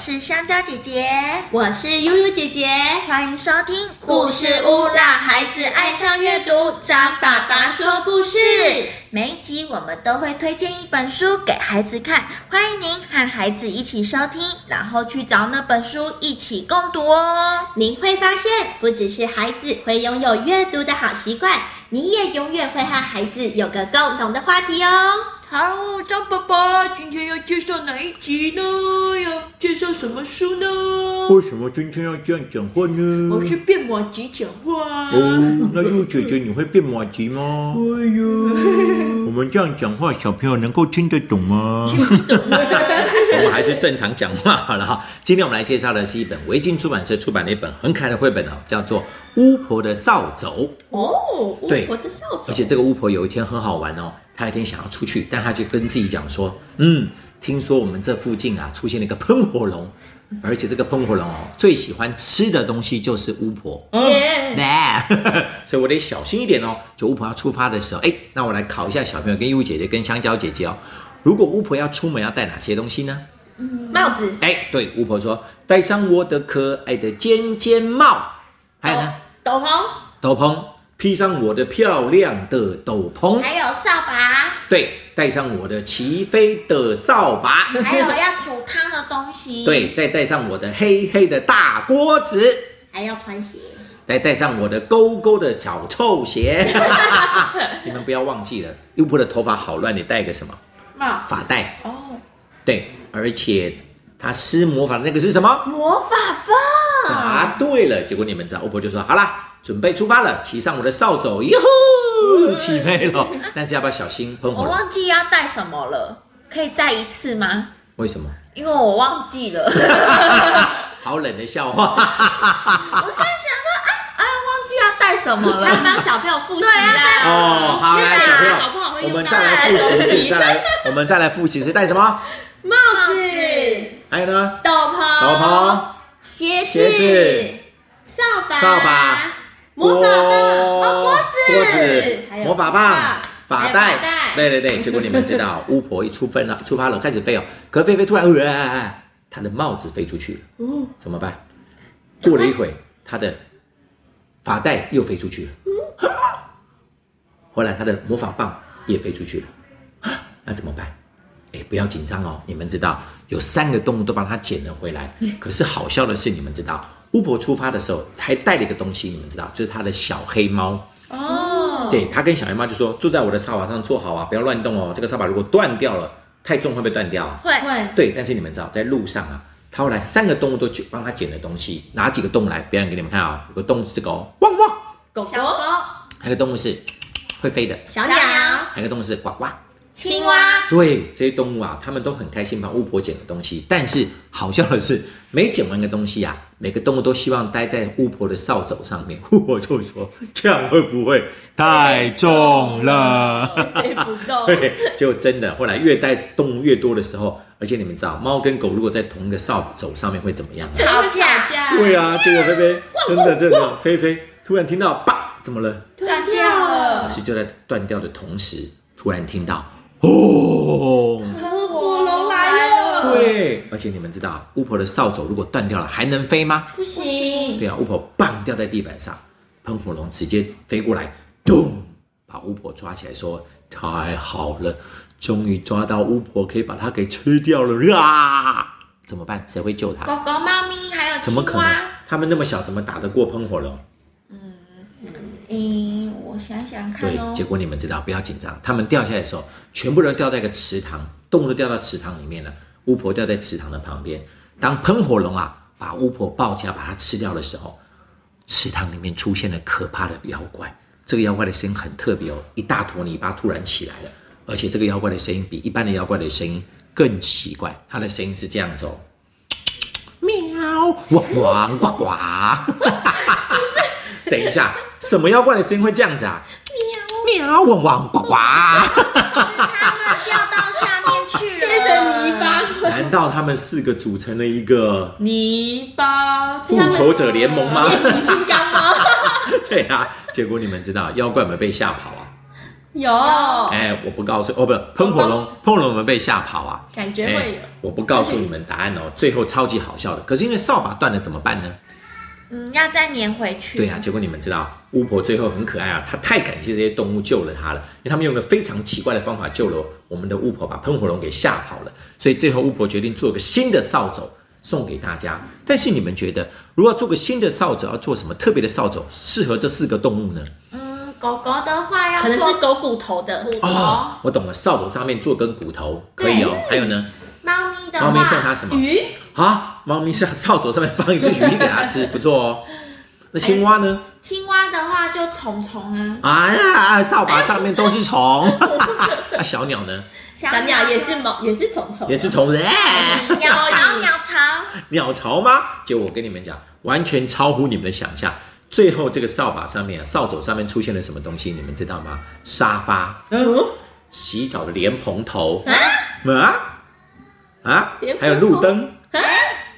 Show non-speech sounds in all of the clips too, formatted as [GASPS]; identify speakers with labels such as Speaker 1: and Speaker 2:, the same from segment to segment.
Speaker 1: 是香蕉姐姐，
Speaker 2: 我是悠悠姐姐，
Speaker 1: 欢迎收听
Speaker 2: 故事屋让孩子爱上阅读，张爸爸说故事。
Speaker 1: 每一集我们都会推荐一本书给孩子看，欢迎您和孩子一起收听，然后去找那本书一起共读哦。
Speaker 2: 您会发现，不只是孩子会拥有阅读的好习惯，你也永远会和孩子有个共同的话题哦。
Speaker 1: 好，张爸爸今天要介绍哪一集呢？要介绍什么书呢？
Speaker 3: 为什么今天要这样讲话呢？
Speaker 1: 我是变马吉讲话。
Speaker 3: 哦，那幼姐姐你会变马吉吗？
Speaker 1: 哎呦，
Speaker 3: 我们这样讲话，小朋友能够听得懂吗？
Speaker 4: 我们还是正常讲话好了哈。今天我们来介绍的是一本维京出版社出版的一本很可爱的绘本哦，叫做《巫婆的扫帚》。
Speaker 2: 哦，
Speaker 4: 对
Speaker 2: 我的扫
Speaker 4: 而
Speaker 2: 帚，
Speaker 4: 且这个巫婆有一天很好玩哦，她有一天想要出去，但她就跟自己讲说，嗯，听说我们这附近啊出现了一个喷火龙，而且这个喷火龙哦最喜欢吃的东西就是巫婆。
Speaker 2: 耶
Speaker 4: 对 [LAUGHS] 所以我得小心一点哦。就巫婆要出发的时候，哎，那我来考一下小朋友跟义务姐姐跟香蕉姐姐哦。如果巫婆要出门要带哪些东西呢？
Speaker 2: 帽子、
Speaker 4: 哎，对，巫婆说，戴上我的可爱的尖尖帽，还有呢，
Speaker 2: 斗篷，
Speaker 4: 斗篷，披上我的漂亮的斗篷，
Speaker 1: 哎
Speaker 2: 还有扫把，
Speaker 4: 对，带上我的齐飞的扫把，
Speaker 1: 还有要煮汤的东西，
Speaker 4: [LAUGHS] 对，再带上我的黑黑的大锅子，
Speaker 2: 还要穿鞋。
Speaker 4: 再带上我的勾勾的脚
Speaker 2: [LAUGHS]
Speaker 4: 臭鞋。 [LAUGHS] 你们不要忘记了，巫婆的头发好乱，你带个什么
Speaker 1: 帽
Speaker 4: 发带？
Speaker 1: 哦，
Speaker 4: 对，而且她施魔法的那个是什么？
Speaker 2: 魔法棒，
Speaker 4: 答对了，结果你们知道，巫婆就说：“好啦，准备出发了，骑上我的扫帚，哟呼，
Speaker 2: 嗯
Speaker 4: 起飞了。但是要不要小心喷火
Speaker 1: 我
Speaker 4: 龙？
Speaker 1: 忘记要带什么了，可以再一次吗？
Speaker 4: 为什么？
Speaker 1: 因为我忘记
Speaker 4: [LAUGHS]
Speaker 1: 了，我
Speaker 4: 好冷的笑话。
Speaker 1: 突然想说，啊啊，忘记要带什么
Speaker 2: 要
Speaker 1: 了。
Speaker 2: 帮小朋友复习
Speaker 1: 对啊再
Speaker 2: 啦。
Speaker 4: 哦，好，
Speaker 1: 啊
Speaker 4: 来，小朋友，
Speaker 2: 啊搞不好会
Speaker 4: 我
Speaker 2: 用
Speaker 4: 们
Speaker 2: 到啊
Speaker 4: 再来复习一次，再来，我们再来复习一次，带什么？
Speaker 2: 帽
Speaker 1: 帽
Speaker 2: 子
Speaker 1: 子、
Speaker 4: 还有呢？
Speaker 2: 斗篷、
Speaker 4: 斗篷、
Speaker 2: 鞋
Speaker 4: 鞋
Speaker 2: 扫把、
Speaker 4: 扫把、
Speaker 2: 魔法棒、哦锅
Speaker 4: 锅
Speaker 2: 子
Speaker 4: 锅子、、
Speaker 2: 还有
Speaker 4: 魔法
Speaker 2: 还
Speaker 4: 棒
Speaker 2: 有。
Speaker 4: 法
Speaker 2: 带
Speaker 4: 带，对对对，结果你们知道，巫婆一出分 [LAUGHS] 了，出发了，开始飞哦，可飞飞突然，呃她的帽子飞出去了。
Speaker 2: 嗯，
Speaker 4: 怎么办？过了一会，他的发带又飞出去了， [GASPS] 后来他的魔法棒也飞出去了， [GASPS] 那怎么办？哎，不要紧张哦，你们知道有三个动物都帮他捡了回来。可是好笑的是，你们知道巫婆出发的时候还带了一个东西，你们知道，就是她的小黑猫。
Speaker 1: 哦，
Speaker 2: 嗯
Speaker 4: 对他跟小黑猫就说：“坐在我的扫把上坐好啊，不要乱动哦。这个扫把如果断掉了，太重会不会断掉啊？”
Speaker 1: 会
Speaker 2: 会
Speaker 4: 对，但是你们知道，在路上啊，他后来三个动物都去帮他捡的东西，哪几个动物来表演给你们看啊、有个动物是这个哦，汪汪；
Speaker 2: 狗
Speaker 1: 小
Speaker 2: 狗、
Speaker 1: 狗、
Speaker 4: 还有个动物是会飞的，
Speaker 2: 小鸟、
Speaker 4: 还有个动物是呱呱。
Speaker 2: 青蛙，
Speaker 4: 对，这些动物啊，他们都很开心帮巫婆捡的东西。但是好笑的是，每捡完一个东西啊，每个动物都希望待在巫婆的扫帚上面。 [LAUGHS] 巫婆就说：“这样会不会太重 [LAUGHS] 了？”
Speaker 1: 飞不动
Speaker 4: 对，就真的后来越带动物越多的时候，而且你们知道，猫跟狗如果在同一个扫帚上面会怎么样吗？啊
Speaker 2: 吵架，
Speaker 4: [LAUGHS] 对啊，结果菲菲真的真的菲菲突然听到吧，怎么了？
Speaker 2: 断
Speaker 1: 掉了
Speaker 4: 可是就在断掉的同时，突然听到哦，
Speaker 2: 火龙来
Speaker 1: [LAUGHS]
Speaker 2: 了，
Speaker 4: 对，而且你们知道巫婆的扫帚如果断掉了还能飞吗？
Speaker 2: 不行，
Speaker 4: 对啊，巫婆棒掉在地板上，喷火龙直接飞过来，咚，把巫婆抓起来说：“太好了，终于抓到巫婆，可以把它给吃掉了啊！”怎么办？谁会救她？
Speaker 1: 狗狗、猫咪还有
Speaker 4: 怎
Speaker 1: 青
Speaker 4: 么可能
Speaker 1: 蛙。？
Speaker 4: 他们那么小，怎么打得过喷火龙？
Speaker 1: 嗯，我想想看
Speaker 4: 对
Speaker 1: 哦，。
Speaker 4: 结果你们知道，不要紧张。他们掉下来的时候，全部人掉在一个池塘，动物都掉到池塘里面了。巫婆掉在池塘的旁边。当喷火龙啊把巫婆抱起来把它吃掉的时候，池塘里面出现了可怕的妖怪。这个妖怪的声音很特别哦，一大坨泥巴突然起来了，而且这个妖怪的声音比一般的妖怪的声音更奇怪。它的声音是这样子哦，喵，呱呱呱呱。等一下，什么妖怪的声音会这样子啊？喵汪汪呱呱！
Speaker 1: 它们掉到下面去了，
Speaker 2: [LAUGHS] 变成泥
Speaker 1: [LAUGHS]
Speaker 2: 巴。
Speaker 4: 难道他们四个组成了一个
Speaker 1: 泥巴，
Speaker 4: 复仇者联盟吗？ [LAUGHS]
Speaker 2: 变形金刚吗？
Speaker 4: 对啊，结果你们知道妖怪们被吓跑啊，
Speaker 2: 有，
Speaker 4: 哎，我不告诉哦，不，喷火龙，喷火龙我们被吓跑啊。
Speaker 2: 感觉会有
Speaker 4: 哎，我不告诉你们答案哦，最后超级好笑的。可是因为扫把断了怎么办呢？
Speaker 1: 嗯，要再粘回去。
Speaker 4: 对啊呀、结果你们知道，巫婆最后很可爱啊，她太感谢这些动物救了她了，因为他们用了非常奇怪的方法救了我们的巫婆，把喷火龙给吓跑了。所以最后巫婆决定做个新的扫帚送给大家。但是你们觉得，如果要做个新的扫帚，要做什么特别的扫帚，适合这四个动物呢？
Speaker 1: 嗯，狗狗的话要
Speaker 2: 可能
Speaker 1: 做
Speaker 2: 是狗骨头的，
Speaker 1: 骨头，
Speaker 4: 哦，我懂了，扫帚上面做根骨头可以哦。还有呢，
Speaker 1: 猫咪的
Speaker 4: 猫
Speaker 1: 话，
Speaker 4: 咪送它什么？
Speaker 2: 鱼
Speaker 4: 啊，猫咪上扫帚上面放一只鱼给它吃，不错哦。那青蛙呢？
Speaker 1: 青蛙的话就虫虫啊，
Speaker 4: 啊呀，扫把上面都是虫。 [LAUGHS] 啊，小鸟呢？
Speaker 2: 小鸟也是毛，也是虫虫，
Speaker 4: 也
Speaker 1: 哦
Speaker 4: 是虫子。哎
Speaker 1: [LAUGHS] 鸟巢鸟巢，
Speaker 4: 鸟巢吗？结果我跟你们讲，完全超乎你们的想象。最后这个扫把上面啊，扫帚上面出现了什么东西？你们知道吗？沙发、
Speaker 2: 嗯，
Speaker 4: 洗澡的莲蓬头啊啊
Speaker 2: 莲，蓬头啊
Speaker 4: 还有路灯。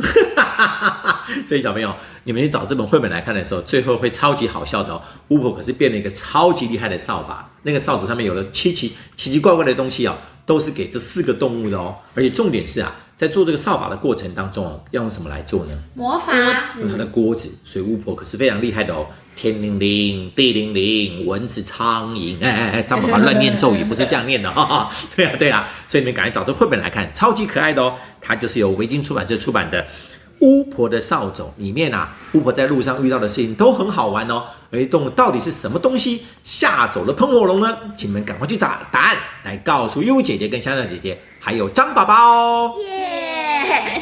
Speaker 4: [LAUGHS] 所以小朋友，你们去找这本绘本来看的时候，最后会超级好笑的哦。巫婆可是变了一个超级厉害的扫把，那个扫帚上面有了奇奇奇奇怪怪的东西哦，都是给这四个动物的哦。而且重点是啊，在做这个扫把的过程当中哦，要用什么来做呢？
Speaker 1: 魔法
Speaker 4: 用
Speaker 2: 嗯
Speaker 4: 它的锅子，所以巫婆可是非常厉害的哦。天灵灵，地灵灵，蚊子、苍蝇，哎哎哎，张爸爸乱念咒语不是这样念的，哈哈。对啊，对啊，所以你们赶快找这绘本来看，超级可爱的哦。它就是由维京出版社出版的《巫婆的扫帚》，里面啊，巫婆在路上遇到的事情都很好玩哦。而动物到底是什么东西吓走了喷火龙呢？请你们赶快去找答案来告诉悠悠姐姐跟香香姐姐，还有张爸爸哦。
Speaker 1: 耶！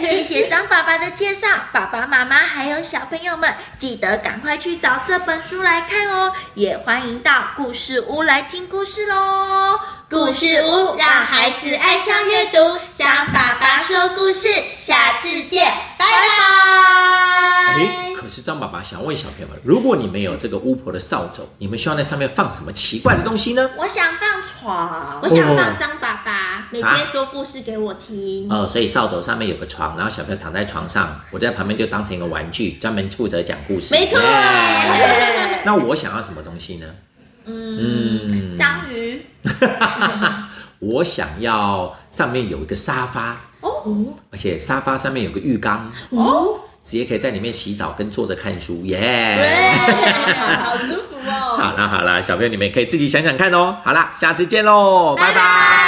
Speaker 1: 谢谢张爸爸的介绍，爸爸妈妈还有小朋友们，记得赶快去找这本书来看哦！也欢迎到故事屋来听故事喽。
Speaker 2: 故事屋让孩子爱上阅
Speaker 4: 嗯
Speaker 2: 读，想爸爸说故事，下次见，拜
Speaker 4: 哎，
Speaker 2: 拜。
Speaker 4: 可是张爸爸想问小朋友们，如果你们有这个巫婆的扫帚，你们希望在上面放什么奇怪的东西呢？
Speaker 1: 我想放床，
Speaker 2: 我想放张爸
Speaker 4: 哦
Speaker 2: 爸每天说故事给我
Speaker 1: 嗯
Speaker 2: 听，
Speaker 4: 呃，所以扫帚上面有个床，然后小朋友躺在床上，我在旁边就当成一个玩具，专门负责讲故事。
Speaker 2: 没错
Speaker 4: Yeah 那我想要什么东西呢？
Speaker 1: 嗯，
Speaker 4: 嗯，
Speaker 1: 章鱼
Speaker 4: 我想要上面有一个沙发，
Speaker 2: 哦
Speaker 4: 而且沙发上面有个浴缸，
Speaker 2: 哦，
Speaker 4: 直接可以在里面洗澡跟坐着看书，耶、
Speaker 1: [LAUGHS]
Speaker 2: 对，好舒服哦。
Speaker 4: 好啦好啦，小朋友你们也可以自己想想看哦。好啦，下次见喽，拜拜